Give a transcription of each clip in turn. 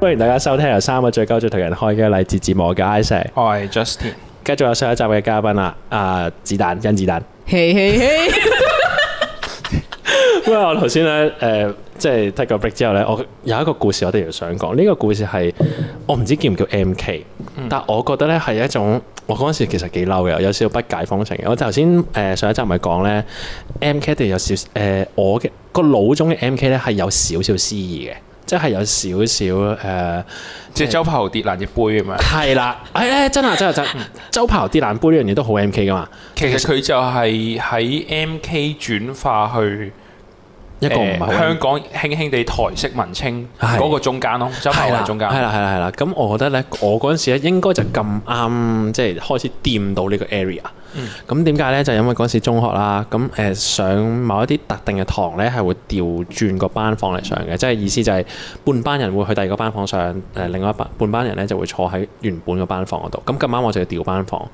歡迎大家收聽由三個最高最同人開嘅勵志節目嘅 I 石，我係 Justin，繼續有上一集嘅嘉賓啦，啊子彈甄子彈。嘿嘿嘿，因為我啊頭先 咧，誒、即係 take 個 break 之後咧，我有一個故事我哋要想講。呢、個故事係我唔知叫唔叫 M K，、但我覺得咧係一種我嗰陣時其實幾嬲嘅，有少少不解風情嘅。我頭先誒上一集咪講咧，M K 哋有少誒、我嘅個腦中嘅 M K 咧係有少少詩意嘅，即係有少少呃誒。即係周柏豪跌爛隻杯咁樣。係啦，誒、誒真啊真啊真啊，周柏豪跌爛杯呢樣嘢都好 M K 噶嘛，其實佢就係喺 MK 轉化去一個唔係好 M 呃 K 香港輕輕地台式文青係嗰個中間咯，周柏係豪啦，係中間。係啦，係啦，係啦。咁我覺得咧，我嗰陣時啊咧應該就咁啱，即係開始掂到呢個 area。咁點解咧？就因為嗰陣時中學啦，咁誒、呃上某一啲特定嘅堂咧，係會調轉個班房嚟上嘅，即係意思就係半班人會去第二個班房上，誒、另外一班半班人咧就會坐喺原本個班房嗰度。咁咁啱我就要調班房，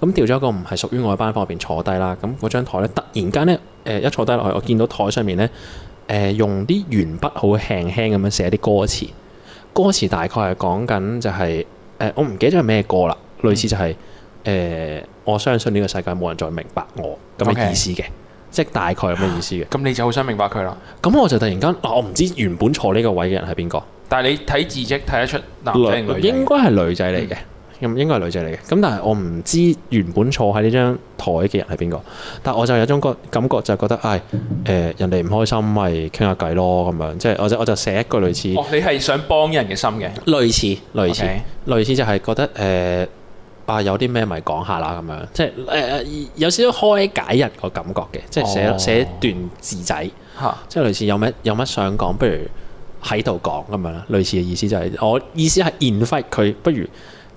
咁調咗一個唔係屬於我嘅班房入邊坐低啦。咁嗰張台咧，突然間咧，誒、一坐低落去，我見到台上面咧。誒、用啲鉛筆好輕輕咁樣寫啲歌詞，歌詞大概係講緊就係、誒、我唔記得咗係咩歌啦，類似就係、誒、我相信呢個世界冇人再明白我咁嘅 OK 意思嘅即係大概咁嘅意思嘅。咁你就好想明白佢啦。咁我就突然間，啊嗱我唔知原本坐呢個位嘅人係邊個，但係你睇字跡睇得出男仔定女女仔應該啊係女仔嚟嘅，嗯咁應該係女仔嚟嘅。咁但係我唔知原本坐喺呢張台嘅人係邊個，但我就有一種覺感覺就係覺得，唉、誒、人哋唔開心咪傾下偈咯咁樣，即係我就我就寫一個類似。哦，你係想幫人嘅心嘅。類似類似 OK 類似就係覺得誒、呃啊有啲咩咪講下啦咁樣，即係誒、呃有少少開解人個感覺嘅，即係寫、哦寫段字仔，嚇，即係類似有乜有乜想講，不如喺度講咁樣啦。類似嘅意思就係、我意思係 invite 佢，不如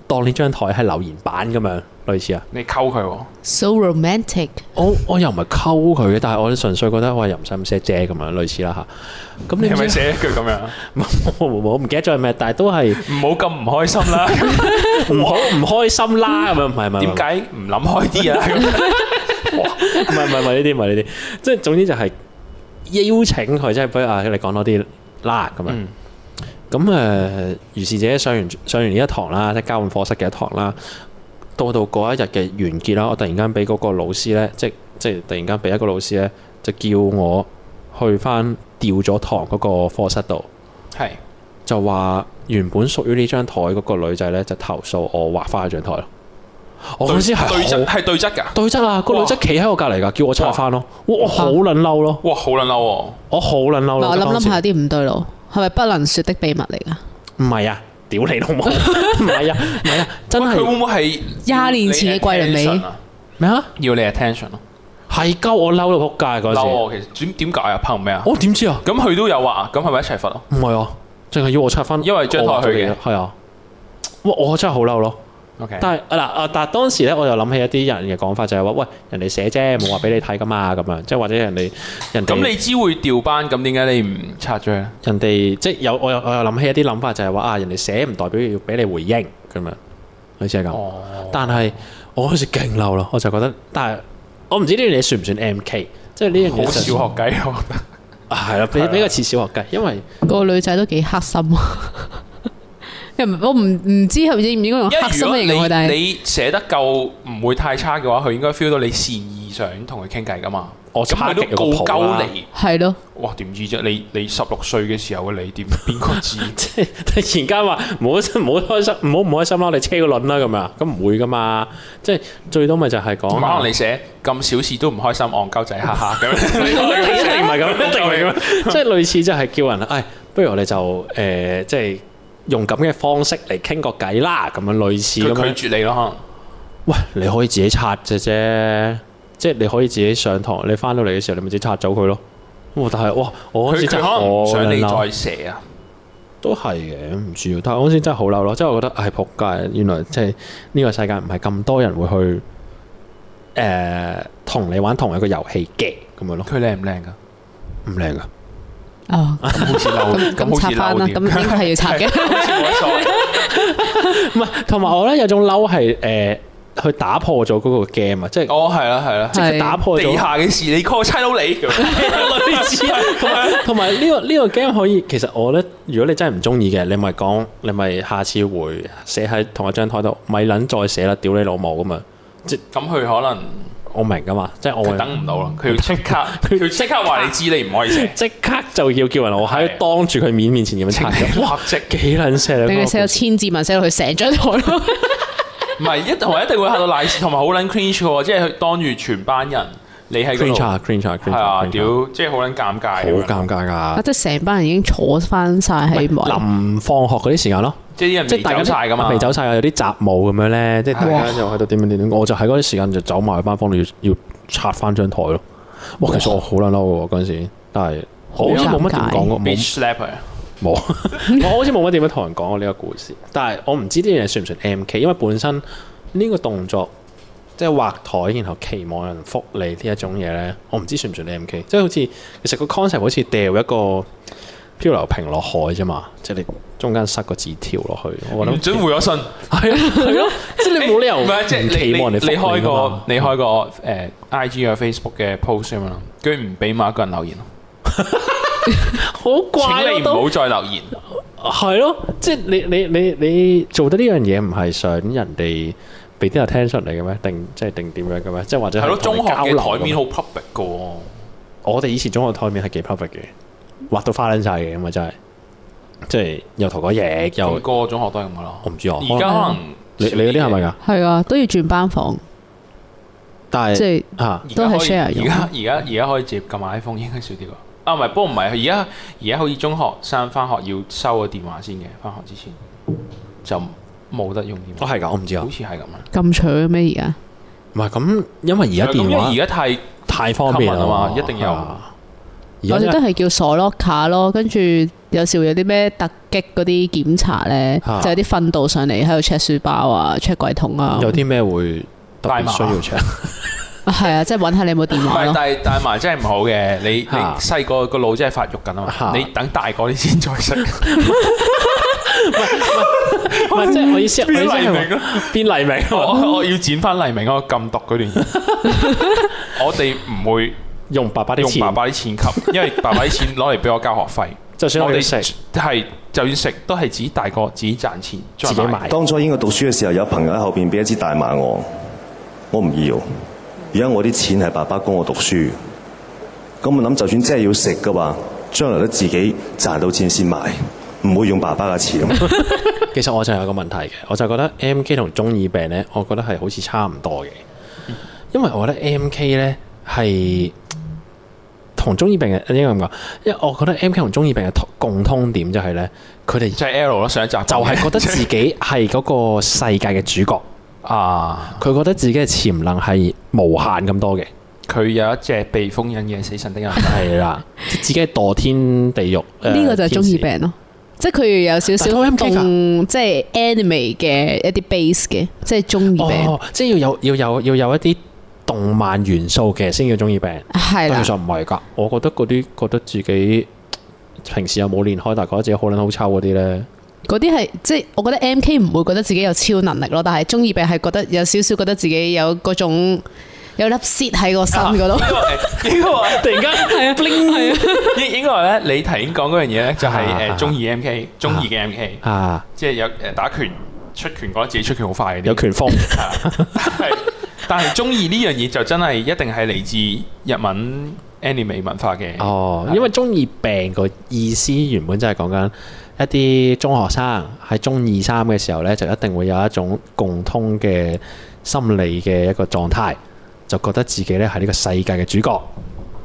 當呢張台係留言板咁樣，類似啊。你溝佢喎。 So romantic，哦我我又唔係溝佢嘅，但係我純粹覺得我又唔使咁 set 啫咁樣，類似啦吓，咁你你係咪咪寫一句咁樣？ 我我唔記得咗係咩，但係都係唔好咁唔 開心啦。唔好唔開心啦咁樣，唔係唔係唔係點解唔諗開 啲啊？咁唔係唔係唔係呢啲，唔係呢啲，即係總之就係邀請佢，即係不如啊，你講多啲啦咁樣。嗯咁誒、呃如是者上完上完呢一堂啦，即係交換課室嘅一堂啦，到到嗰一日嘅完結啦，我突然間俾嗰個老師咧，即即係突然間俾一個老師咧，就叫我去翻掉咗堂嗰個課室度，係就話原本屬於呢張台嗰個女仔咧，就投訴我畫花張台咯。我嗰陣時係對質好係對質㗎。對質啊！個女仔企喺我隔離㗎，叫我拆翻咯。哇我好撚嬲咯！哇，好撚嬲喎！我好撚嬲我咯！諗諗當下時，有啲唔對路，係咪不能說的秘密嚟噶？唔係啊！屌你老 母！唔係啊！唔係啊！真喂佢係會唔會係廿年前嘅桂綸鎂 attention 啊咩啊？要你 attention 咯？係鳩我嬲到仆街啊嗰嬲時，我其實點點解啊？憑咩啊？我點知啊？咁佢都有話，咁係咪一齊罰咯？唔係啊，淨係要我拆翻，因為張台去嘅我話咗你係啊！哇！我真係好嬲咯！ OK，但係啊嗱啊，但係當時咧，我又諗起一啲人嘅講法，就係話喂，人哋寫啫，冇話俾你睇噶嘛，咁樣即係或者人哋人哋咁你知會調班，咁點解你唔拆咗佢啊咧？人哋即係有我有我有諗起一啲諗法，就係話啊，人哋寫唔代表要俾你回應咁樣，類似係咁。哦，但係我嗰時勁嬲咯，我就覺得，但係我唔知呢樣嘢算唔算 M K，即係呢樣好嘢小就學雞，我覺得啊係啦，比比較似小學雞，因為個女仔都幾黑心 啊！又唔我唔唔知係咪應唔應該用因黑心嚟為形如容果佢，但你係你寫得夠唔會太差嘅話，佢應該 feel 到你善意想同佢傾偈噶嘛。我咁差極佢都有個告譜啦鳩你，係咯，哇點知啫？你你十六歲嘅時候嘅你點邊個 知？即係突然間話唔好 唔好開心，唔好唔開心啦，你車個輪啦咁樣，咁唔會噶嘛，即係最多咪就係同講埋可能你寫咁小事都唔開心，戇鳩仔，哈哈咁樣。 一定唔係 咁，一定唔係啊咁， 即係類似就係叫人，唉，不如我哋就誒、呃即係用咁嘅方式嚟傾個偈啦，咁樣類似咁佢樣。拒絕你咯，可能。喂，你可以自己拆嘅啫，即係你可以自己上堂，你翻到嚟嘅時候，你咪自己拆走佢咯。哇！但係哇，我嗰時佢佢可真係能好唔想你撚嬲再寫啊，都係嘅，唔知啊。但係我嗰時真係好嬲咯，即係我覺得唉仆街，原來即係呢個世界唔係咁多人會去誒同、你玩同一個遊戲嘅咁樣咯，佢靚唔靚啊噶？唔靚噶。啊好似嬲，咁咁咁好拆似翻啦，嬲咁添。應該 係要拆嘅。 好似冇乜所謂唔係，同埋我咧有種嬲係誒呃去打破咗嗰個 game 啊，即係哦，係啦，係啦，即係打破地咗。下嘅事你 call 差佬你咁樣， 類似同埋 同埋呢個呢、個 game 可以，其實我咧，如果你真係唔中意嘅，你咪講，你咪下次回寫喺同一張台度，咪撚再寫啦，屌你老母咁啊！咁佢可能我明噶嘛，即係我啊佢會等唔到啦，佢要 即刻，佢要即刻話你知你唔可以寫，即刻就要叫人我喺係啊當住佢面面前咁樣情拆理 嘅，哇！合即幾撚寫啊！定係嗰個寫咗千字文，寫到佢成張台 咯。唔係一同一定會嚇到賴屎，同埋好撚 cringe 嘅喎，即係佢當住全班人，你喺嗰 cringe 度啊 cringe 啊 cringe 係啊，啊，cringe 啊屌，即係好撚尷尬好咁樣，尷尬啊 㗎！即係成班人已經坐翻晒喺埋，臨放學嗰啲時間咯，即係啲人即係大未家啊走晒啊㗎嘛，未走晒㗎有啲雜務咁樣咧，即係大哇家就喺度點點點點，我就喺嗰啲時間就走埋去班房度要要拆翻張台咯。哇！其實我好撚嬲嘅喎嗰陣時，但係我好似冇乜點講過，冇 bitch slap 啊！冇，我好似冇 乜點樣同人講過呢個故事。但係我唔知呢樣嘢算唔算 M K，因為本身呢個動作即係畫台，然後期望有人覆你呢一種嘢咧，我唔知算唔算 M K。即係好似其實個 concept 好似掉一個漂流瓶落海啫嘛，即係你中間塞個紙條落去，我覺得唔准回我信，係啊係咯，即係你冇理由唔係啊即係唔你期望人你哋你覆開你㗎個嘛你開個誒 IG 啊 Facebook 嘅 post 咁樣啦，跟住唔俾某一個人留言咯，好怪請咯你都唔好再留言，係咯，即係你你你你做得呢樣嘢唔係想人哋俾啲 attention 你嘅咩？定即係定點樣嘅咩？即係或者係咯，中同你學交嘅流啊台面咁好 public 嘅喎。我哋以前中學台面係幾 public 嘅，畫到花撚晒嘅咁啊！真係，即係又塗改液咁又個個中學都係咁噶啦。我唔知啊。嗯而家可能可能你少你嗰啲係咪嘅？㗎？係啊，都要轉班房，但即係係嚇而都家係可以 share 用而家而家而家可以直接撳 iPhone 應該少啲啩？啊，唔係，不過唔係，而家而家好似中學生翻學要收個電話先嘅，翻學之前就冇得用電我話，係㗎，我唔知啊好。似係咁啊。咁搶咩而家？唔係咁，因為而家咁因電為話而家太太方便啦 common 啊嘛一定有係啊而我家哋真哦都係係叫鎖 lock 卡咯，跟住有時會有啲咩突擊嗰啲檢查咧，啊就有啲訓導上嚟喺度 check 書包啊、check 櫃桶啊，有啲咩會特大麻別需要 check？係啊，即係揾下你有冇電唔 話係，咯。但係但係埋真係唔好嘅。你你嚇細個個腦真係發育緊啊嘛嚇，你等大個你先再 識。唔係即係我意 思，我意思係話邊黎明邊黎明 啊嘛我我要剪翻黎明嗰個禁毒嗰 段嘢，我哋唔會用爸爸啲用錢，爸爸啲錢給， 因為爸爸啲錢攞嚟俾我交學費。就算我我哋哋食，係就算食都係自己大個自己賺錢再自己買 當初英國讀書嘅時候，有朋友喺後邊俾一支大麻我，我唔要。而家我啲錢係爸爸供我讀書，咁我諗就算真係要食嘅話，將來都自己賺到錢先買，唔會用爸爸嘅錢。其實我就有個問題嘅，我就覺得 M K 同中耳病呢，我覺得係好似差唔多嘅，因為我覺得 M K 呢係同中耳病嘅應該咁講，因為我覺得 M K 同中耳病嘅同共通點就係呢，佢哋即係 L 咯，上一集就係覺得 自己係嗰個世界嘅主角，啊，佢覺得自己嘅潛能係無限咁多嘅，佢有一隻被封印嘅死神的 眼睛，係啦，自己係墮天地獄。呃呢個就係中天意使病咯，即係佢有少但係少都啊 MK 㗎動，即係 anime 嘅一啲 base 嘅，即係中意病哦，即係要有要有要有一啲動漫元素嘅先叫中意病。係啦但其。實唔係㗎，我覺得嗰啲覺得自己平時又冇練開，但係覺得自己好撚好抽嗰啲咧，嗰啲係即係我覺得 M K 唔會覺得自己有超能力咯，但係中二病係覺得有少少覺得自己有嗰種有粒 shit 喺個心嗰啊度，應該話 突然間係 啊 b 應應該話咧，你頭先講嗰樣嘢咧，就係啊誒啊中意 M K，中意嘅 M K，啊，即係有誒打拳出拳覺得自己出拳好快嘅，有拳風 係，但係中意呢樣嘢就真係一定係嚟自日文 anime 文化嘅，哦，因為中二病個意思原本真係講緊一啲中學生喺中二三嘅時候咧，就一定會有一種共通嘅心理嘅一個狀態，就覺得自己咧係呢個世界嘅主角，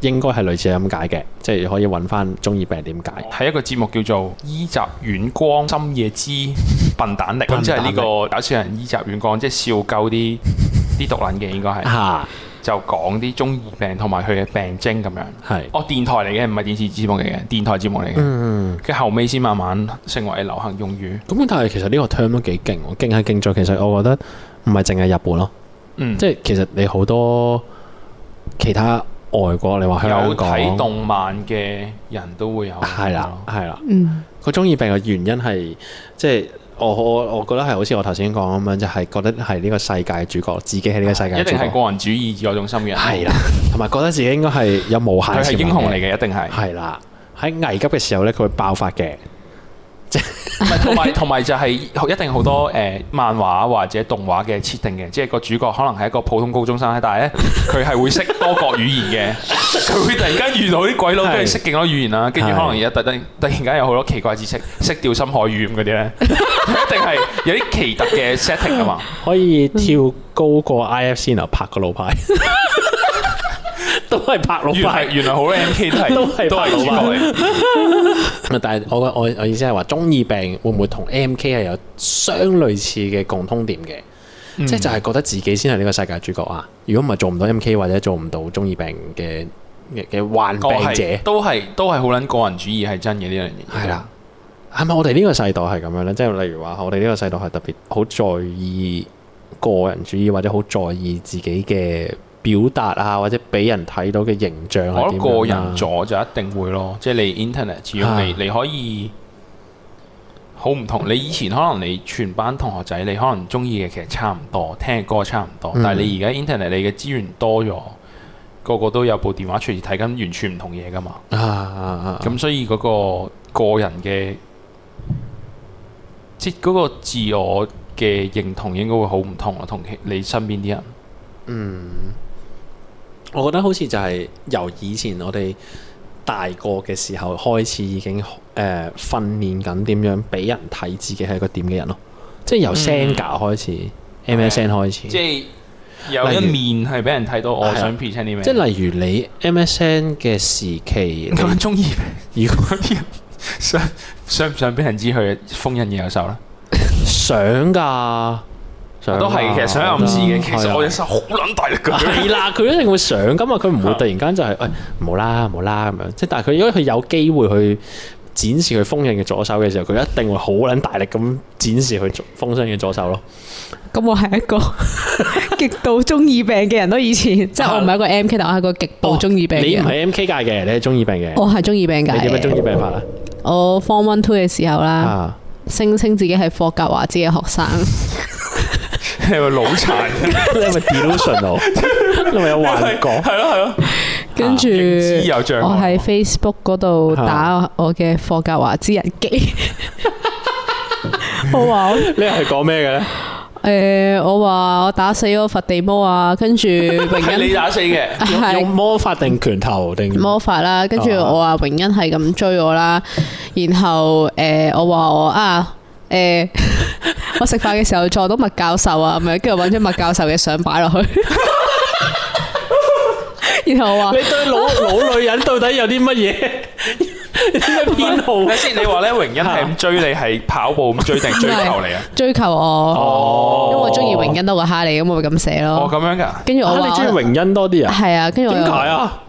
應該係類似係咁解嘅，即係可以揾翻中二病點解。喺一個節目叫做《伊集院光深夜之笨蛋力》，咁即係呢個搞笑人伊集院光，即係笑 鳩啲啲毒撚嘅，應該係啊，就講啲中二病同埋佢嘅病徵咁樣。係，哦，電台嚟嘅，唔係電視節目嚟嘅，電台節目嚟嘅。嗯。跟後尾先慢慢成為流行用語。咁但係其實呢個 term 都幾勁喎，勁係勁在其實我覺得唔係淨係日本咯，嗯，即係其實你好多其他外國，你話香有睇港動漫嘅人都會有。係啦，係啦，嗯，個中二病嘅原因係即係我我我覺得係好似我頭先講咁樣，就係、覺得係呢個世界主角，自己係呢個世界啊一主定係角，個人主義嗰種心嘅人，係啦，同埋覺得自己應該係有無限佢係潛英能雄嚟，嘅，一 定係。係啦。喺危急嘅時候咧，佢會爆發嘅，唔係同埋同埋就係一定好多誒、呃漫畫或者動畫嘅設定嘅，即係個主角可能係一個普通高中生，但 係咧佢係會識多國語言嘅，佢會突然間遇到啲鬼佬，係跟住識勁多語言啦，跟住係可能有突然突然間有好多奇怪知識，識掉深海魚咁嗰啲咧， 一定係有啲奇特嘅 setting 啊嘛。可以跳高過 IFC 然後拍個老牌， 都係拍老原來牌。原來好多 M K 都 都係係都係主角嚟，咁啊但係我我我意思係話，中二病會唔會同 M K 係有相類似嘅共通點嘅？嗯即係就係覺得自己先係呢個世界主角啊！如果唔係做唔到 M K 或者做唔到中二病嘅嘅嘅患個病哦係者，都係都係好撚個人主義係真嘅呢樣嘢。係啦。係咪我哋呢個世代係咁樣咧？即係例如話，我哋呢個世代係特別好在意個人主義，或者好在意自己嘅表達啊，或者俾人睇到嘅形象我係覺點樣得啊個人咗就一定會咯，即係你 internet 始終你嗯啊你可以好唔同。你以前可能你全班同學仔，你可能中意嘅其實差唔多，聽嘅歌差唔多，嗯但係你而家 internet 你嘅資源多咗，個個都有部電話隨時睇緊完全唔同嘢噶嘛。啊啊啊！咁、所以嗰個個人嘅即係嗰個自我嘅認同應該會好唔同咯，同其你身邊啲人。我覺得好似就係由以前我哋大個嘅時候開始已經誒、呃、訓練緊點樣俾人睇自己係一個點嘅人咯，即係由 Senga 開始、MSN 開始，即嗯即係有一面係俾人睇到，我想 present 啲咩？啊係例如你 MSN 嘅時期，咁 樣中意你如果嗰啲人 想想唔想俾人知佢封印嘢有手咧？想㗎，想都係，㗎其實想又唔知嘅。嗯其實係啊我隻手好撚大力 㗎。係啦，佢一定會想㗎嘛，佢唔會突然間就係、喂冇啦冇啦咁樣，即係但係佢因為佢有機會去展示佢封印嘅左手嘅時候，佢一定會好撚大力咁展示佢封印嘅左手咯。咁我係一 個極度中二病嘅人咯，以前即係我唔係一個 M K，但我係一個極度中二哦病哦嘅你唔人。係 M K 界嘅，你係中二病嘅。我係中哦二病你點樣中㗎。二病法啊？我 form one two 嘅時候啦，啊， 聲稱自己係霍格華茲嘅學 生，啊你係咪腦殘？你係咪 delusional？你係咪有幻覺？係咯係咯，跟住認知有障礙啊我喺 Facebook 嗰度打我嘅霍格華茲日 記。我話我你係講咩嘅咧？誒，我話我打死咗佛地魔啊，跟住榮係 你恩打死嘅。係用魔法定拳頭定？魔法啦，跟住嗯啊我話榮恩係咁追我啦，然後誒、呃我話我啊誒、呃 我食飯嘅時候撞到麥教授啊咁樣，跟住揾咗麥教授嘅相擺落去， 然後我話你對老老女人到底有啲乜嘢？有啲咩偏好？你先，你話咧，榮恩係咁追你，係跑步咁追定追求你啊？追求我，哦因為我中意榮恩多過哈利，咁我咪咁寫哦咯。咁樣㗎。跟住 我啊話你中意榮恩多啲啊？係啊，跟住我點又解啊？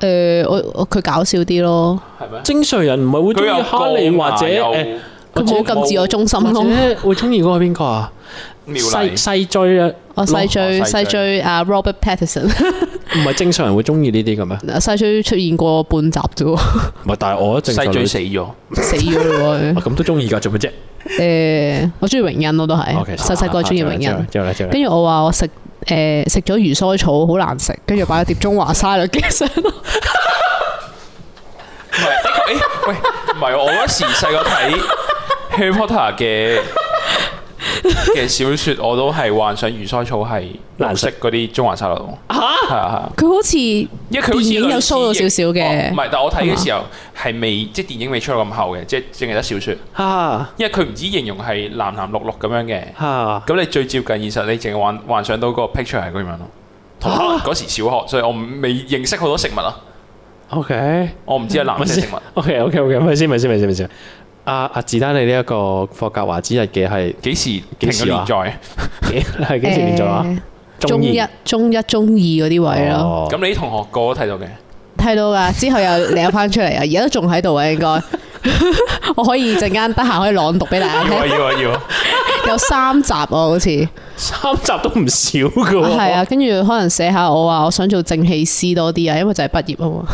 誒我我佢搞笑啲咯，係咩？正常人唔係會中佢意有哈利高啊或雅者又誒，佢冇咁自我中心或咯。者會中意嗰個邊個啊？妙細麗細追啊！我細追哦細追細追啊 Robert Pattinson， 唔係正常人會中意呢啲嘅咩？細追出現過半集啫喎，唔係，但係我正常細女追死咗，死咗咯佢啊。 咁都中意㗎，做乜啫诶、我中意榮恩咯，都係？OK，細細個中意榮恩。之後咧，之後咧，跟住我話我食诶食咗魚蔬草好難食，跟住擺咗碟中華沙律嘅上咯。唔係，誒喂，唔係我嗰時細個 睇 Harry Potter 嘅 嘅小說，我都係幻想魚腮草係藍藍色色嗰啲中華沙律咯。嚇，係啊係啊， 佢好似因為佢好似電影有類 show 似到少少嘅哦唔係，但我睇嘅時候係未即係電影未出到咁厚嘅，即係淨係得小說，嚇因為佢唔知形容係藍藍綠綠咁樣嘅。嚇咁你最接近現實，你淨係幻幻想到個 picture 係咁樣咯。同埋可能嗰時小學，所以我未認識好多食物啊， ，OK，我唔知係藍咪色啊食先物。啊 ，OK，OK，OK，咪先，咪先，咪先，咪先。阿阿子丹，你呢一個霍格華之日嘅係幾時幾停時咗連啊載？幾係幾時變咗啊？誒呃中一、中一、中二嗰啲位咯，哦咁你啲同學個個都睇到嘅，睇到㗎。之後又撩翻出嚟啊，而家都仲喺度啊，應該。 我可以陣間得閒可以朗讀俾大家 要啊聽，要啊要啊！有三集啊，好似。三集都唔少㗎喎。係啊，跟住可能寫下我話我想做正氣師多啲啊，因為就係畢業啊嘛。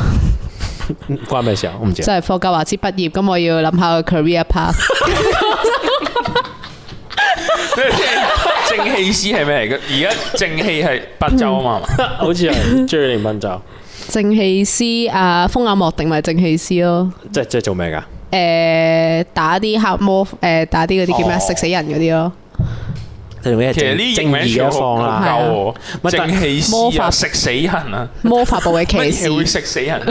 關咩事啊？我唔知啊 即。係霍格華茲畢業，咁我要諗下個 career path。正氣師係咩嚟嘅？而家正氣係賓州啊嘛， 好似係追定賓就，正氣師啊，風眼莫定咪正氣師咯。即係即係做咩㗎？诶、打啲黑魔，诶、打啲嗰啲叫咩？啊哦食死人嗰啲 咯，其其實呢啲正名義全嘅部方好啦，係夠啊喎，正氣魔師法啊，食死人啊，魔法部嘅乜騎士嘢會食死人？啊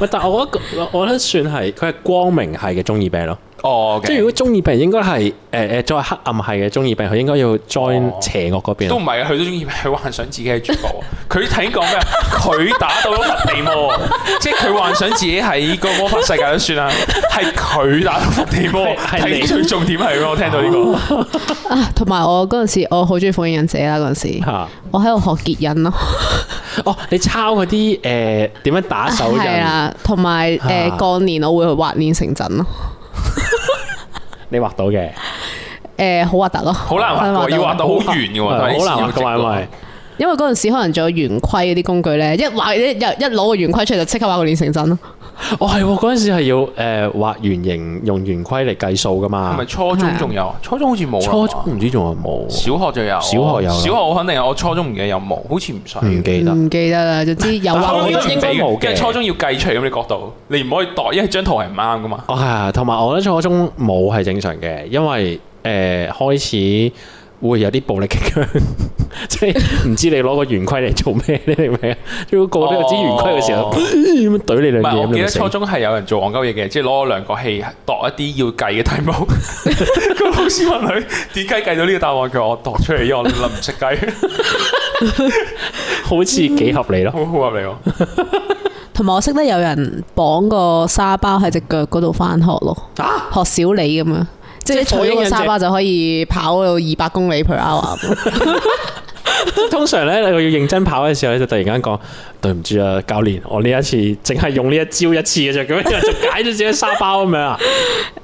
喂但係我覺得我覺得算係佢係光明系嘅中二病咯。哦，即係如果中二病應該係誒誒作為黑暗系嘅中二病，佢應該要 join 哦邪惡嗰邊啊都唔。係，佢都中意佢幻想自己係主角喎。佢頭先講咩啊？佢打到咗伏地魔，啊即係佢幻想自己喺個魔法世界都算啦。係佢打到伏地魔，啊係係你係最重點係我聽到呢個。啊，同埋我嗰阵时，我好中意火影忍者啦。嗰阵时，嚇！我喺度學結印咯，哦，你抄嗰啲誒呃點樣打手印，係啊啦，同埋诶啊鋼年，我會去畫練成陣咯。你畫到嘅，诶，好核突咯，好難畫喎，要畫到好圓係嘅喎，同埋好難畫啲線㗎嘛，要因直為㗎因為嗰阵时可能仲有圓規嗰啲工具咧，一畫一一一攞個圓規出嚟就即刻畫個練成陣咯。哦係喎，嗰陣時係要誒、呃、畫圓形，用圓規嚟計數噶係嘛咪。初中仲有？初中好似冇啦。啊初中唔知仲有冇，啊小學就有，小學有啦嗯小學我肯定有，我初中唔記得有冇，好似唔使。唔記嗯得。唔記得啦，總之但有係畫初我中覺得應該應該冇嘅跟住初中要計出嚟咁你角度，你唔可以度，因為張圖係唔啱噶嘛。哦係啊，同埋我覺得初中冇係正常嘅，因為誒、呃、開始會有啲暴力傾向， 即係唔知你攞個圓規嚟做咩，你明唔明啊？如果個個都有支圓規嘅時候，哦咁懟你唔兩係，嘢我咁記你得死初。中係有人做戇鳩嘢嘅，即係攞兩個戲度一啲要計嘅題目。個老師問佢點解計到呢個答案，佢話我度出嚟，因為我唔識計，好似幾合理咯。好好合理喎。同埋我識得有人綁個沙包喺只腳嗰度翻學咯，啊學小李咁樣，即係係坐咗坐個咗沙包就可以跑到二百公里 per hour 咁。通常咧，你要認真跑嘅時候咧，就突然間講對唔住啊，教練，我呢一次淨係用呢一招一次嘅啫，咁樣就解咗自己沙包咁樣啊。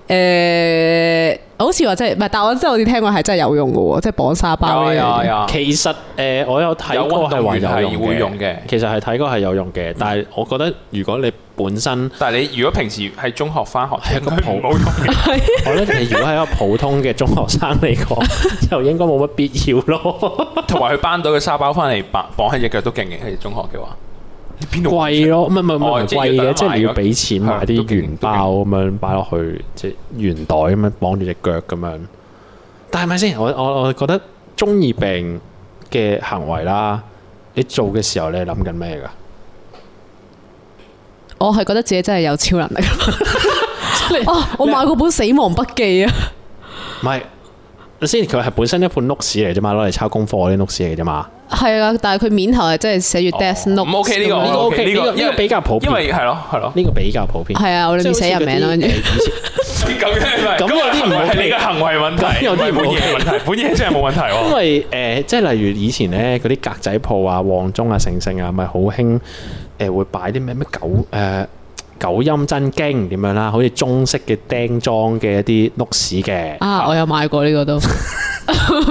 誒，呃好似話真係唔係，但我真係好似聽過係真係有用嘅喎，即係綁沙有包啊呢有啊樣嘢。有啊，其實誒、呃我有睇過係話有運動員係會有用用嘅嘅，其實係睇過係有用嘅，但係我覺得如果你本身但係你如果平時係中學翻學，係一個應該唔好用嘅我覺得哦你如果係一個普通嘅中學生嚟 講，就應該冇乜必要咯，同埋佢班到嘅沙包翻嚟綁綁喺只腳都勁嘅，喺中學嘅話，你邊度貴咯，唔係唔係唔哦係即係貴要嘅，等即係你要買俾錢係買都啲勁元包咁樣擺落去，即係元袋咁樣綁住只腳咁樣。但係咪先？我我我覺得中二病嘅行為啦，你做嘅時候你係諗緊咩㗎？我係覺得自己真係有超 能力。 哦，我買過本《死亡筆記》啊，唔係，先佢係本身一本 notes 嚟啫嘛，攞嚟抄功課嗰啲 notes 嚟啫嘛。係啊，但係佢面頭係真係寫住 death note。哦唔 OK 呢個呢個 OK，呢呢個因為呢個比較普遍因為係咯係咯，呢個比較普遍。係啊，我裏面寫人名咯，跟住 咁樣咁有啲唔係你嘅 OK 行為問題，咁有啲唔係本唔嘢 OK 問題，本嘢真係冇問題喎因。為誒、呃即係例如以前咧，嗰啲格仔鋪啊、旺中啊、成成啊，咪好興誒會擺啲咩咩九誒、呃九陰真經點樣啦，好似中式嘅釘裝嘅一啲碌屎嘅，啊，我有買過呢 個都，唔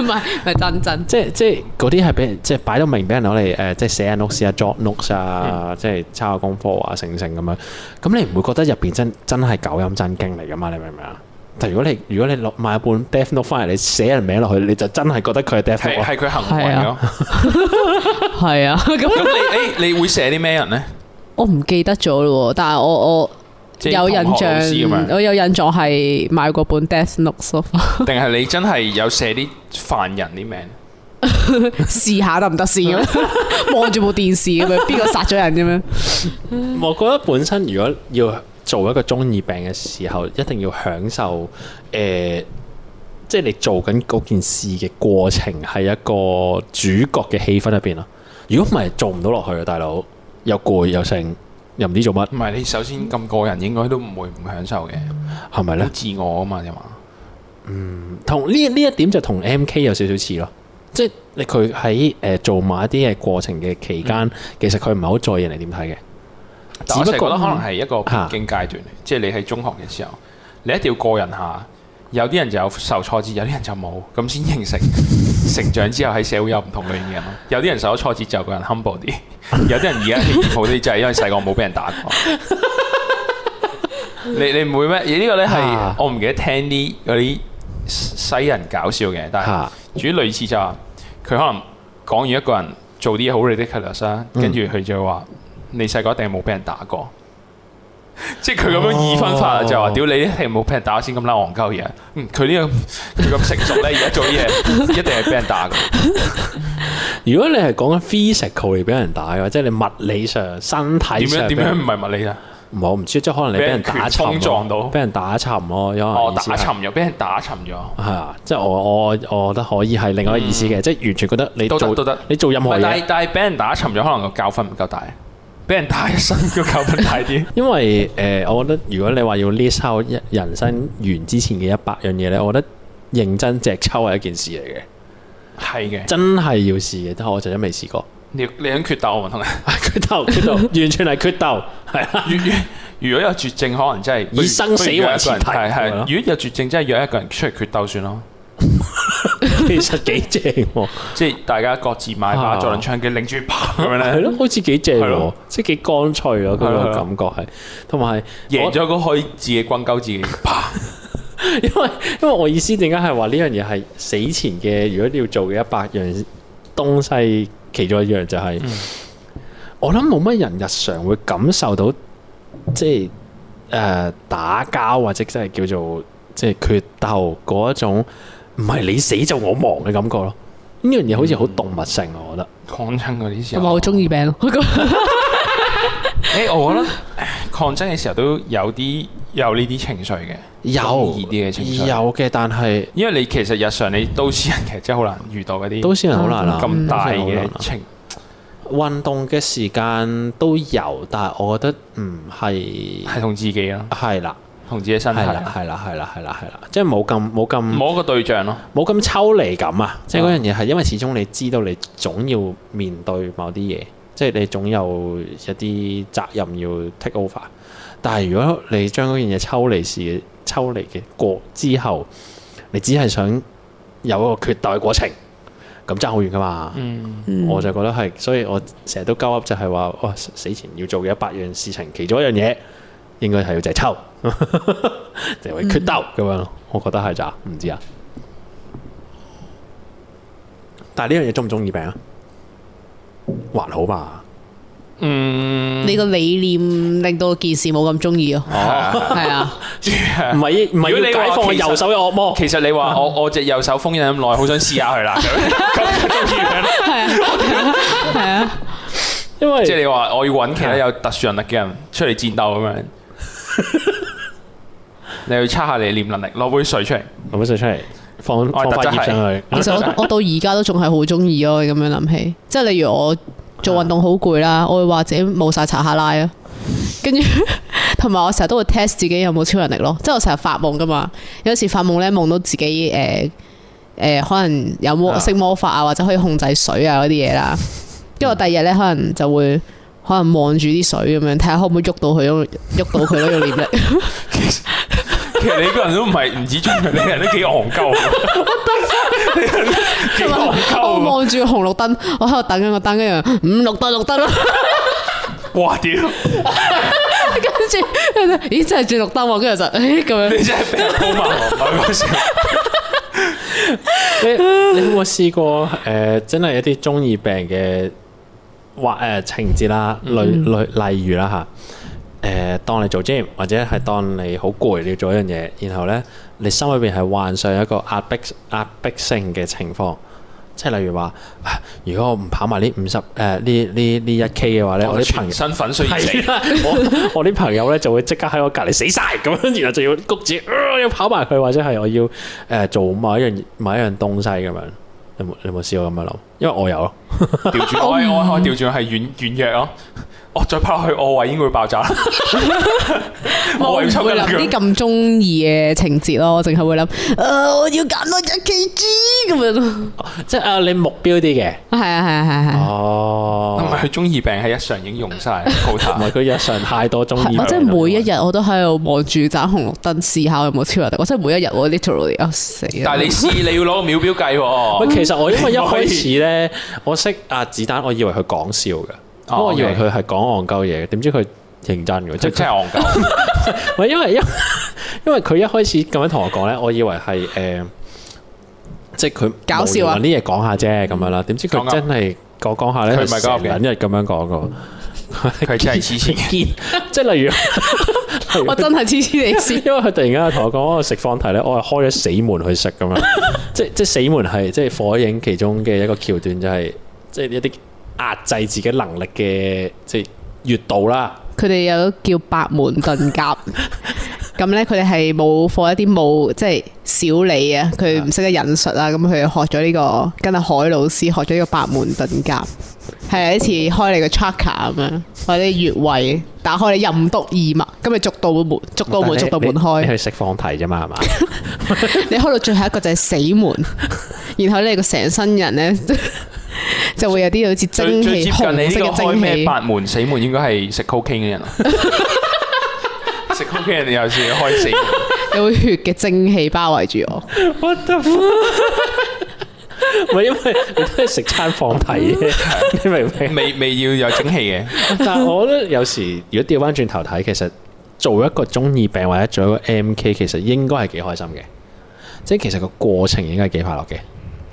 係唔係真真。即係即係嗰啲係俾人即係擺到明俾人攞嚟誒，即係寫下 notes 啊、作 notes 啊，即係抄下功課啊、成成咁樣。咁你唔會覺得入邊真真係九陰真經嚟噶嘛？你明唔明啊？但如果你如果你落買一本 death note 翻嚟，你寫人名落去，你就真係覺得佢係 death 係 note 啊係佢行 為係咯。係啊，咁咁你你你會寫啲咩人咧？我唔記得咗咯喎，但係我我即係有印同學老師咁 象，樣我有印象係買過本 Death Notes 咯，定係你真係有寫啲犯人啲名？試下得唔得先 咁樣，望住部電視咁樣，邊個殺咗人咁哦樣？我覺得本身如果要做一個中二病嘅時候，一定要享受誒、呃即係你做緊嗰件事嘅過程係一個主角嘅氣氛入邊咯。如果唔係，做唔到落去啊，大佬又攰又剩，又唔知做乜，唔係你首先咁個人應該都唔會唔享受嘅，係咪好咧？自我啊嘛，係嘛？同呢呢一點就同 M K 有少少似咯。即係你佢喺誒做埋一啲嘅過程嘅期間，嗯其實佢唔係好在意人哋點睇嘅。但我只成日不過覺嗯得可能係一個必嚇經階段嚟，即係你喺中學嘅時候，你一定要個人下。有啲人就有受挫折，有啲人就冇，咁先形成 成長之後喺社會有唔同類型嘅人咯。有啲人受咗挫折就個人 humble 啲， 有啲人而家氣焰好啲，就係因為細個冇俾人打過。 你你唔會咩？而呢個咧係啊我唔記得聽啲嗰啲西人搞笑嘅，但係嚇主要類似就話佢可能講完一個人做啲嘢好 ridiculous 啦，嗯跟住佢就話你細個一定冇俾人打過。 即係佢咁哦樣二分法啊，就話屌你一定冇俾人打先咁啦，戇鳩嘢。嗯，佢呢個 佢咁成熟咧，而家做 啲嘢一定係俾人打嘅。如果你係講緊 physical 嚟俾人打嘅話，即係你物理上、身體點上樣俾點樣人，唔係物理啊？唔係我唔知，即係可能你俾人俾人打沉咯拳風撞到俾人打沉咯，有可能哦，意思啊打係沉咗，俾人打沉咗。係啊，即係我我我覺得可以係另外一個意思嘅，即係完全覺得你嗯都得做都得你做任何唔係但嘢係，但係俾人打沉咗，可能個教訓唔夠大。俾人打一身個教訓大啲。因為誒、我覺得如果你話要 list out 一人生完之前嘅一百樣嘢咧，我覺得認真隻抽係一件事嚟嘅，係嘅，真 係要試嘅，但係我就真未試過。 你你肯決鬥啊同你。決鬥，決鬥， 完全係決鬥，係啊，如 如如果有絕症，可能真係以生死為前提係係。係啊咯如果有絕症，真係約一個人出嚟決鬥算咯。其實幾正喎，即係大家各自買把啊左輪槍，嘅，擰住啪咁樣係咧，咯，好似幾正係喎咯，即係幾乾脆咯，嗰係個咯感覺係，同埋贏我咗嗰個可以自己轟鳩自己，啪！因為因為我意思點解係話呢樣嘢係死前嘅，如果你要做嘅一百樣東西，其中一樣就嗯係、我諗冇乜人日常會感受到，即係誒、呃打交或者真係叫做即係決鬥嗰一種，唔係你死就我亡嘅感覺咯。呢樣嘢好似好動物性，我覺得。抗爭嗰啲時同埋啊候好，中意病咯。嗯誒，我覺得唉抗爭嘅時候都有啲有呢啲情緒嘅，中意啲嘅情緒。有嘅，但係因為你其實日常你都市人其實真係好難遇到嗰啲都市人好難啊，咁都大市人好難啊嘅情，運動嘅時間都有，但係我覺得唔係係同自己咯，係啦，同自己身體啊係啦，咯，係啦，係啦，係啦，係啦，即係冇咁冇咁冇一個對象咯。冇咁抽離感啊！即係嗰樣嘢係因為始終你知道你總要面對某啲嘢，即係你總有一啲責任要 take over。但係如果你將嗰樣嘢抽離時抽離嘅過之後，你只係想有一個決鬥嘅過程，咁爭好遠噶嘛。嗯，我就覺得係，所以我成日都鳩噏就係話，哇！死前要做嘅一百樣事情，其中一樣嘢應該係要就係抽， 就會決鬥咁樣咯。我覺得係咋，唔知啊。但係呢樣嘢中唔中意病啊？還好吧，嗯， 你個理念令到件事冇咁中意咯。哦，係啊，唔係唔係如果你要話解放我右手嘅惡哦魔，其實你啊話我我隻右手封印咁耐，好想試下 佢啦，咁咁就中意佢啦。係啊，因為即係你話我要揾其他有特殊能力嘅人出嚟戰鬥咁 樣，你要測下你念能力，攞杯水出嚟。攞杯水出嚟，放我放係特塊質葉上去。其實我我到而家都仲係好中意咯。咁樣諗起，即係例如我做運動好攰啦，我會話自己冇晒查下拉啊，跟住 同埋我成日都會 test 自己有冇超能力咯。即係我成日發夢噶嘛，有時發夢咧夢到自己誒誒、可能有魔啊識魔法啊，或者可以控制水啊嗰啲嘢啦。跟住我第二日咧，可能就會可能望住啲水咁樣，睇下可唔可以喐到佢咯，喐到佢咯，用念力。 其實其實你個人都唔係唔止中意，你個人都幾戇鳩。幾戇我鳩望住紅綠燈，我喺度等緊個燈，跟住五綠燈綠燈啦，喎！哇屌！跟住咦真係轉綠燈喎，跟住就誒咁樣你真係俾人高埋我，唔係講笑。你 你有冇試過誒、呃真係一啲中意病嘅或誒、呃情節啦，例例例如啦嚇，誒、當你做 gym 或者係當你好攰你要做一樣嘢，然後咧你心裏邊係幻想一個壓迫壓迫性嘅情況。即係例如話，啊如果我唔跑埋呢五十誒呢呢呢一 K 嘅話咧，我哦啲朋全友身粉碎而死啊係啦，啊我我啲朋友咧就會即刻喺我隔離死晒咁樣，然後就要谷住、呃要跑埋佢，或者係我要誒、呃做某一樣某一樣東西咁樣。你有冇你有冇試過咁樣諗？因為我有咯，調轉我係我係我調轉係軟軟弱咯。我再拍落去，我胃應該會爆 炸啦。我胃唔抽筋會啦諗啲咁中意嘅情節咯，我淨係會諗，誒我要減多一 kg 咁樣咯，即係啊你目標啲嘅。係啊係啊係啊係啊。哦，唔係佢中二病係日常已經用晒 quota 唔係佢日常太多中哦意，我真係每一日我都喺度望住盞紅綠燈試下有冇超能力，我真係每一日我 literally 啊死啊！但係你試你要攞個秒表 計喂，喎。其實我因為一唔可以開始咧，我識阿子彈，我以為佢講笑嘅，哦我以為 OK 佢係講戇鳩嘢嘅，點知佢認真嘅，即即係佢真係戇 鳩，唔係因為因因為佢一開始咁樣同我講咧，我以為係誒即係佢搞笑無聊啊揾啲嘢講下啫咁樣啦。點知講佢噏真係講講下咧，佢唔係講成噏嘅日咁樣講噶。佢真係黐線嘅。堅， 即係例如，我真係黐黐地線，因為佢突然間同我講，我食放題咧，我係開咗死門去食咁樣， 即即死門係即係火影其中嘅一個橋段，就係、即係一啲壓制自己能力嘅即係閱讀啦。佢哋有叫百門 遁甲。咁咧，佢哋係冇課一啲冇即係小理啊，佢唔識得引述啊，咁佢學咗呢、個跟阿海老師學咗呢個百門遁甲，係一次開你個 chakra 咁樣，或者穴位打開你任督二脈，咁你逐道門逐道門逐道門你開，去食放題啫嘛，係嘛？你開到最後一個就係死 門，然後咧你個成身人咧 就會有啲好最似蒸最接汽近你紅呢色個嘅開蒸咩汽。八門死門，應該係食 cocaine 嘅人啊。食 cocaine 嘅人有時開死門，有血嘅蒸氣包圍住我，唔係因為你都係食餐放題啫，你明唔明？未未要有整氣嘅。但係我覺得有時如果調翻轉頭睇，其實做一個中二病或者做一個 MK，其實應該係幾開心嘅，即係其實個過程應該係幾快樂嘅，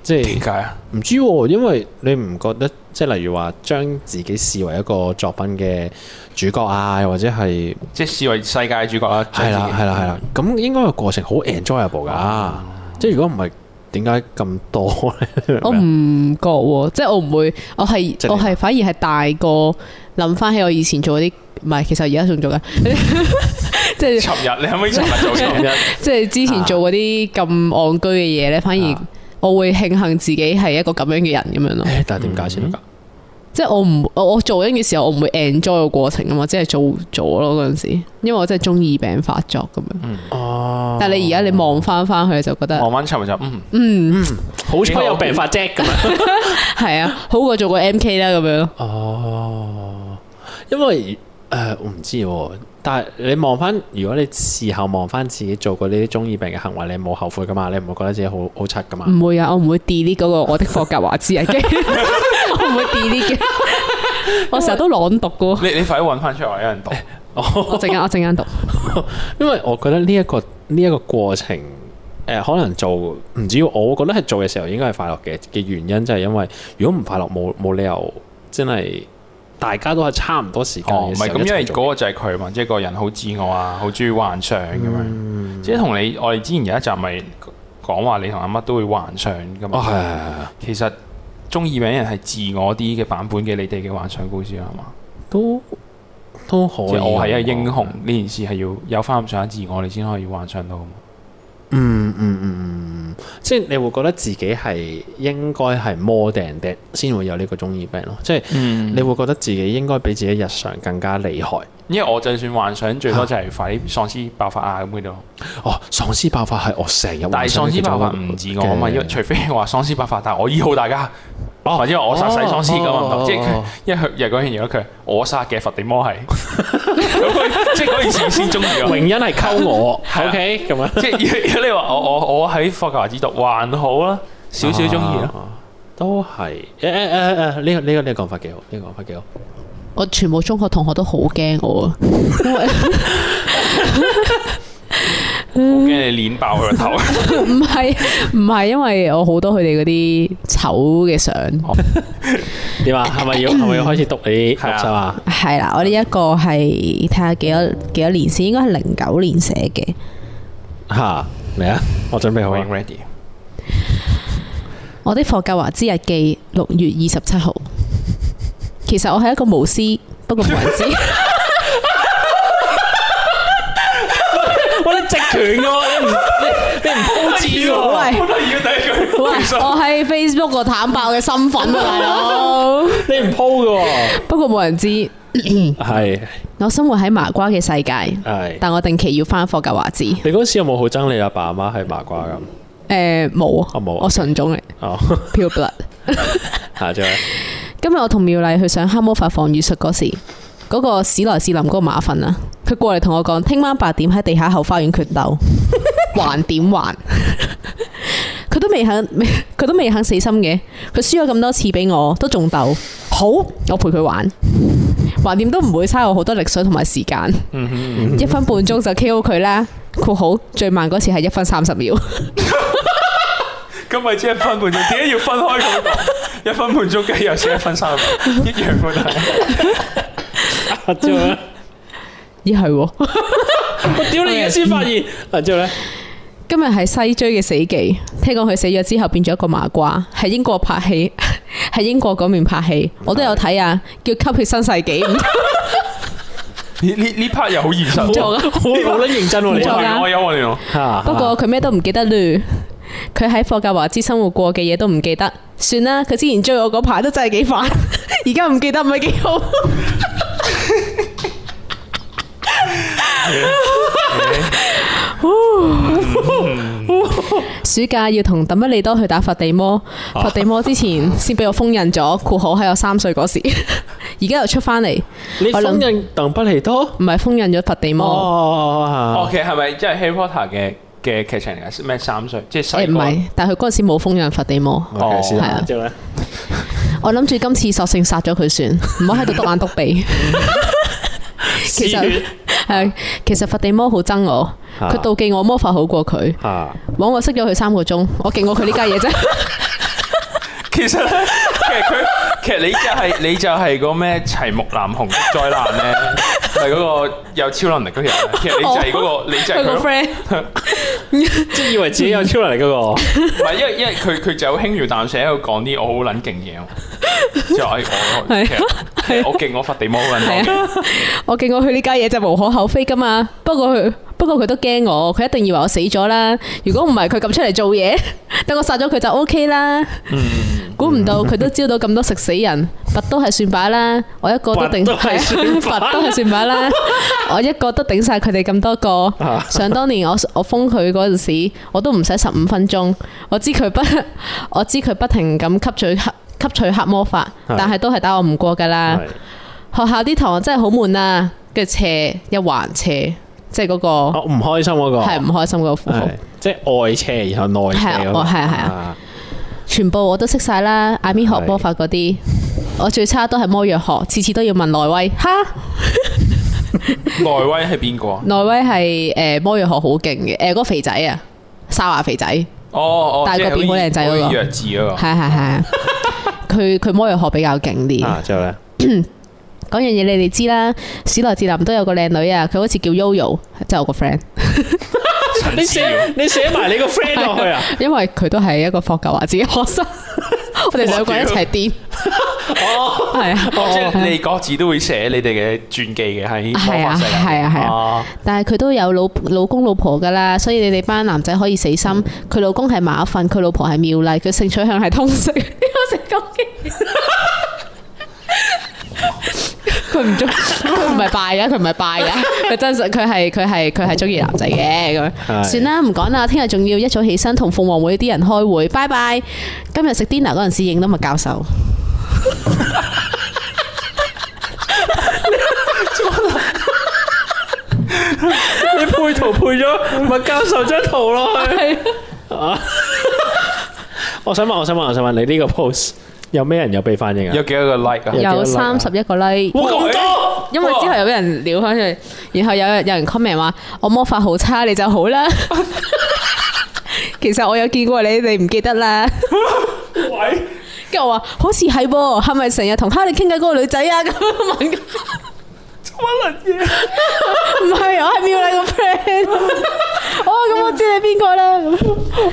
即係點。解啊？唔知喎、因為你唔覺得即係例如話將自己視為一個作品嘅主角啊，又或者係即係視為世界主角啊啦。係啦係啦係啦，咁應該個過程好 enjoyable 㗎，即係如果唔係點解咁多咧？我唔覺喎，即係我唔會，我係即係你我係反而係大個諗翻起我以前做嗰啲，唔係，其實而家仲做緊， 即係尋日你可唔可以尋日做今尋日？日即係之前做嗰啲咁戇居嘅嘢咧，反而啊我會慶幸自己係一個咁樣嘅人咁樣咯。誒，但係點解先得啊㗎？即係我唔我我做緊嘅時候，我唔會 enjoy 個過程啊嘛，即係做做咯嗰陣時，因為我真係中二病發作咁樣。哦，但係你而家你望翻翻去就覺得望翻尋日就嗯，好彩有病發啫咁樣。係啊，好過做個 M K 啦咁樣咯。哦，因為誒、呃我唔知喎，但係你望翻，如果你事後望翻自己做過呢啲中二病嘅行為，你冇後悔㗎嘛？你唔會覺得自己好好柒㗎嘛？ 嗯唔會啊，我唔會 delete 嗰個我的霍格華茲日記， 我唔會 delete 嘅。我成日都朗讀噶，你你快啲揾翻出嚟，有人讀。我陣間我陣間讀。因為我覺得呢、一個呢一、個過程，誒、可能做唔知，我覺得係做嘅時候應該係快樂嘅嘅原因，就係因為如果唔快樂，冇冇理由真係大家都係差唔多時間哦，唔嘅係時候咁，因為一齊做嗰個就係佢嘛，即係個人好自我啊，好中意幻想咁樣。即係同你我哋之前有一集咪講話，你同阿乜都會幻想噶哦係嘛。係係係啊其實中意名人係自我啲嘅版本嘅你哋嘅幻想故事啊係嘛？都都可即以。啊係我係一個英雄呢件事係要有翻咁上下自我，你先可以幻想到㗎嘛。嗯，嗯嗯嗯嗯，即係你會覺得自己係應該係 more than that 先會有呢個中二病咯，即係嗯你會覺得自己應該比自己日常更加厲害。因為我就算幻想最多就係快啲喪屍爆發啊咁嗰度，哦，喪屍爆發係我成日但幻係想喪屍嘅爆發其中一個唔自我啊嘛，因為 除非話喪屍爆發，但係我醫好大家，或者我殺死喪屍咁啊哦唔同，即係佢哦因為佢又嗰樣嘢，佢係我殺嘅伏地魔 係，咁佢即係嗰件事先中意我。榮恩係溝 我係啊，OK 咁樣即係 如果你話我我我喺霍格華茲讀還好啦，少少中意啦。啊都係誒誒誒誒，呢個呢個呢個講法幾好，呢個講法幾好。我全部中學同學都好驚我啊，因為我嗯驚你碾爆佢個 頭，啊唔係唔係因為我好多佢哋嗰啲醜嘅相。點啊？係咪 要係咪要開始讀你係啊學生啊？係啦，我呢一個係睇下幾多幾多年先，應該係零九年寫嘅。嚇嚟啊！我準備好我已啦經 ready。我的霍格華茲日記六月二十七號。其實我係一個巫師，不過冇人知。我哋直拳嘅喎，你唔你你唔鋪紙喎。喂我都要第一句，喂，其實我喺 Facebook 個坦白嘅身份啊，大佬。你唔鋪嘅不過冇人知，喎，係我生活喺麻瓜嘅世界，係。但我定期要翻霍格華茲。你嗰時有冇好憎你阿爸阿媽係麻瓜咁？诶、冇啊啊冇啊我純種嚟哦， 啊，pure blood。下咗 今日我同妙麗去上黑魔法防禦術嗰時，嗰、個史萊士林嗰個馬粪啊，佢過嚟同我講，聽晚八點喺地下後花園決鬥，還點還？佢都未肯，佢都未肯死心嘅。佢輸咗咁多次俾我，都仲鬥。好，我陪佢玩，橫掂都唔會嘥我好多力水同埋時間。一分半鐘就 KO 佢啦。括好最慢嗰次係一分三十秒。咁咪只係分半鐘，點解要分開咁 講？一分半鐘嘅又似一分三十秒，一樣嘅，但係之後咧，咦係喎， 我屌你而家先發現，啊之後 咧，今日係西追嘅死忌，聽講佢死咗之後變咗一個麻瓜，喺英國拍戲， 喺英國嗰面拍戲，我都有睇啊，叫《吸血新世紀》唔呢呢呢 part 又好現實 做啊喎。好㗎好撚認真喎唔你做啊㗎我有我哋咯，啊， 不過佢咩都唔記得嘞，佢喺霍格華茲生活過嘅嘢都唔記得，算啦。佢之前追我嗰排都真係幾煩， 而家唔記得唔係幾好。暑假要同鄧不利多去打佛地魔，佛地魔之前先俾我封印咗，括號喺我三歲嗰時，而家又出翻嚟，你我諗封印鄧不利多，唔係封印咗佛地魔。哦哦，其實係咪即係 Harry Potter 嘅嘅劇情嚟㗎？咩三歲即係誒細唔個係，但係佢嗰陣時冇封印佛地魔。 ，OK 先係啦啊，之後咧，我諗住今次索性殺咗佢算，唔好喺度篤眼篤鼻。其實係，其實佛地魔好憎我，啊佢妒忌我魔法好過佢，啊，枉我識咗佢三個鐘，我勁過佢呢家嘢啫。其實咧，其實佢，其實你就 係、你就係個咩齊木南紅的災難咧，咪嗰個有超能力嗰條人，其實你就係嗰、個，你就係佢個佢， friend 即係以為自己有超能力嗰 個。唔係因為因為佢佢就好輕描淡寫喺度講啲我好撚勁嘢喎，即係我我其實其實我勁我佛地魔好撚係 多，啊，我勁過佢呢家嘢就無可厚非噶嘛。不過佢不過佢都驚我，佢一定以為我死咗啦。如果唔係佢咁出嚟做嘢， 等我殺咗佢就 O K 啦。嗯估唔到佢都招到咁多食死人，佛都係算把啦。我一個都頂，佛都係算把 啊佛都係算把啦。 我一個都頂晒佢哋咁多個。想當年我我封佢嗰陣時，我都唔使十五分鐘。我知佢不， 我知佢不停咁吸取黑吸取黑魔法，係但係都係打我唔過噶啦。係學校啲堂真係好悶啊，跟住斜一環斜，即係嗰個哦，唔開心嗰個係唔開心嗰個符號係，即係外車，然後內車嗰個係啊哦係啊係啊全部我都識晒啦。I mean 學係魔法嗰啲，我最差都係魔藥學，次次都要問內威。哈，內威係邊個啊？內威係誒魔藥學好勁嘅，誒、嗰個肥仔啊，沙華肥仔，係哦哦，但係即係個變好靚仔嗰個好似弱智嗰個，係係，佢佢魔藥學比較勁啲。啊，之後 咧，嗰樣嘢你哋知啦，史萊哲林都有個靚女啊，佢好似叫 Yoyo，即係我個 friend，你寫你寫埋你個 friend 落 去啊！因為佢都係一個霍格華茲嘅學 生，我哋兩個一齊癲，哦，係啊，哦即係你各自都會寫你哋嘅傳記嘅喺魔法世界，係啊係啊係啊啊。但係佢都有老老公老婆噶啦，所以你哋班男仔可以死心。佢老公係馬粪，佢老婆係妙麗，佢性取向係通識。點解我成咁嘅？佢唔中，佢唔係拜嘅，佢唔係拜嘅，佢真實，佢係佢係佢係中意男仔嘅咁樣。係算啦，唔講啦，聽日仲要一早起身同鳳凰會啲人開會，拜拜。今日食 dinner 嗰陣時影到麥教授，你配圖配咗麥教授張圖落去。係我想問，我想問，我想問你呢個 post 有咩人有被反應啊有？幾多個 like 啊？哎有有幾多 like 啊三十一個 like。哇咁多！因為之後有人撩翻出嚟，然後有人有人 comment 話我魔法好差，你就好啦。其實我有見過你，你唔記得啦。喂，跟住我話好似係喎，係咪成日同哈利傾偈嗰個女仔啊？咁樣問佢乜撚嘢？唔係，我係妙麗個 friend。哦，咁我知你邊個啦。咁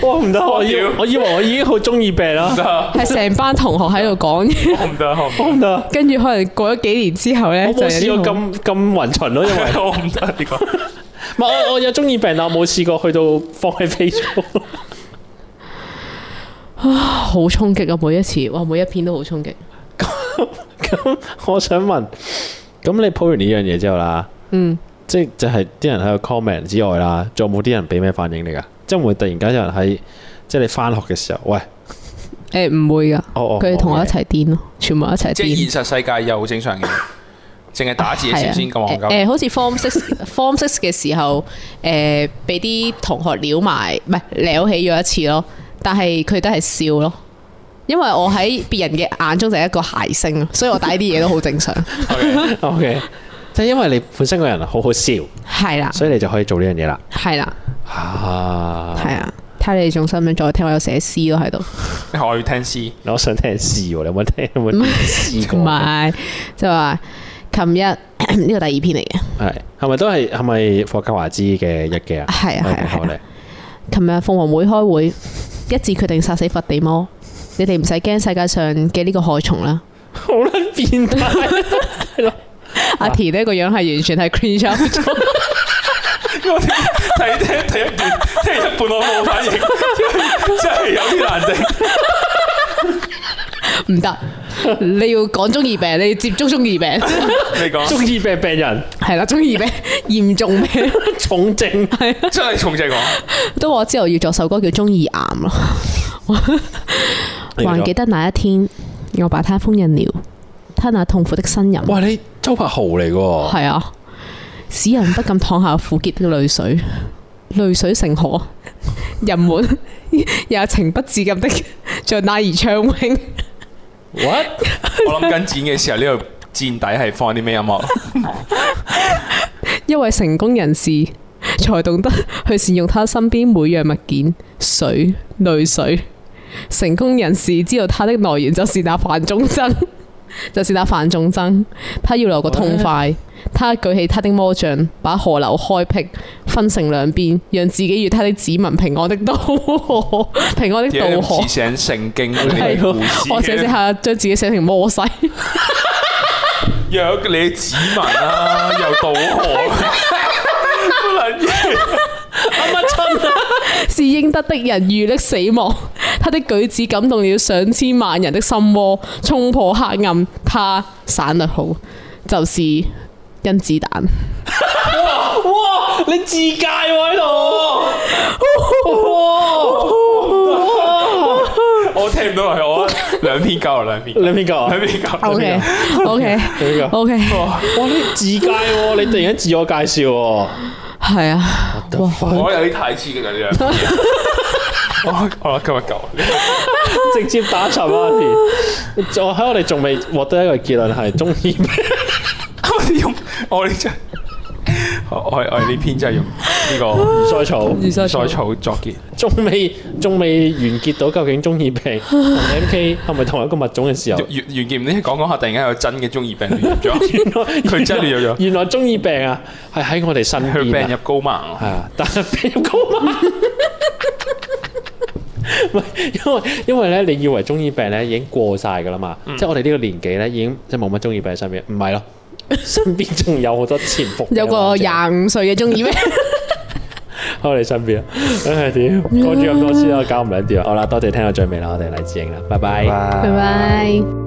我唔得，我以屌我以為我已經好中意病啦， 得，係成班同學喺度講，我唔得，我唔我唔得，跟住可能過咗幾年之後咧，我就冇有試啲過咁咁暈巡咯，因 為得，我唔得呢 個。唔係我我有中意病，但我冇試過去到放喺 Facebook。 好衝擊啊！每一次，哇，每一篇都好衝擊。咁我想問，咁你 po 完呢樣嘢之後啦，嗯，即係就係啲人喺度 comment 之外啦，仲有冇啲人俾咩反應你噶？即係會突然間有人喺即係你翻學嘅時候，喂，誒唔會噶，哦哦佢哋同我哦一齊癲咯，全部一齊癲。即係現實世界又好正常嘅，淨係打字嘅時候先咁戇啊鳩。誒、誒好似 form six form six 嘅時候，誒俾啲同學撩埋，唔係撩起咗一次咯。但係佢都係笑咯，因為我喺別人嘅眼中就係一個諧星啊，所以我帶啲嘢都好正常。 OK， O K，即係因為你本身個人好好笑，係啦，所以你就可以做呢樣嘢啦。係啦，啊，係啊，睇睇你仲想唔想再聽我有寫詩咯喺度，我要聽詩，我想聽試喎，你有冇聽 有冇啊試過同？埋就話琴日 呢個第二篇嚟嘅，係係咪都係係咪霍格華茲嘅日記啊？係啊係啊係啊我哋琴日鳳凰會開會，一致決定殺死佛地魔，你哋唔使驚世界上嘅呢個害蟲啦。好撚變態， 阿田呢個樣係完全係 cringe out 咗因為我睇聽睇一段，聽一半我冇反應，真係有啲難頂。 唔得，你要講中二病，你要接觸中二病， 你中啊講 二病病人係啦，中二病嚴重病，重 症，真係重正講，都話我之後要作首歌叫《中二癌》咯。還記得那一天，我把他封印了，他那痛苦的呻吟，哇！你周柏豪嚟嘅喎，係啊，使人不禁淌下苦澀的淚水，淚水成河，人們也情不自禁的像那兒暢泳。 what 我諗緊剪嘅時候呢度剪底係放啲咩音樂？因為成功人士 才懂得去善用他身邊每樣物件，水、淚水。成功人士知道他的來源就是那范仲增， 就是那范仲增。他要留個痛快，他舉起他的魔杖，把河流開闢，分成兩邊，讓自己與他的子民平安的 渡河，平安的嘢你渡唔河似。寫聖經嗰係啲故事喎我寫寫下，將自己寫成摩西。若你指紋啦， 又渡河，乜撚嘢？啊是應得的人遇溺死亡。 他的舉止感動了上千萬人的心窩，衝破黑暗。他省略號就是甄子丹。哇！你自介喎喺度，哇！我聽唔到係我啊兩篇夠，兩篇你邊個啊？兩篇夠。 O 兩篇 K O K 邊個？ O K，哇！你自介喎，你突然間自我介紹喎，係啊，哇！夠我有啲太刺激啊啦呢兩 篇嘢我我今日夠，直接打沉啊！我喺我哋仲未獲得一個結論係中意我哋用我哋真係，我我我哋呢篇真係用呢個唔衰草， 唔衰再草作結。仲未仲未完結到究竟中意病同 M K 係咪同一個物種嘅時候完？完結唔知講講下，突然間有真嘅中二病亂入 咗，佢真係亂入咗，原來中意病啊，係喺我哋身佢邊啊病入高盲係。啊，但係病入膏 肓。唔係，因為因為咧，你以為中二病咧已經過晒㗎啦嘛，嗯即係我哋呢個年紀咧已經即係冇乜中二病喺身邊，唔 係咯，身邊仲有好多潛伏嘅有個患者廿五歲嘅中意咩？喺我哋身邊啊，唉屌，啊講住咁多次啦，搞唔撚掂啊！好啦，多謝聽到最尾啦，我哋黎智英啦，拜拜。拜拜。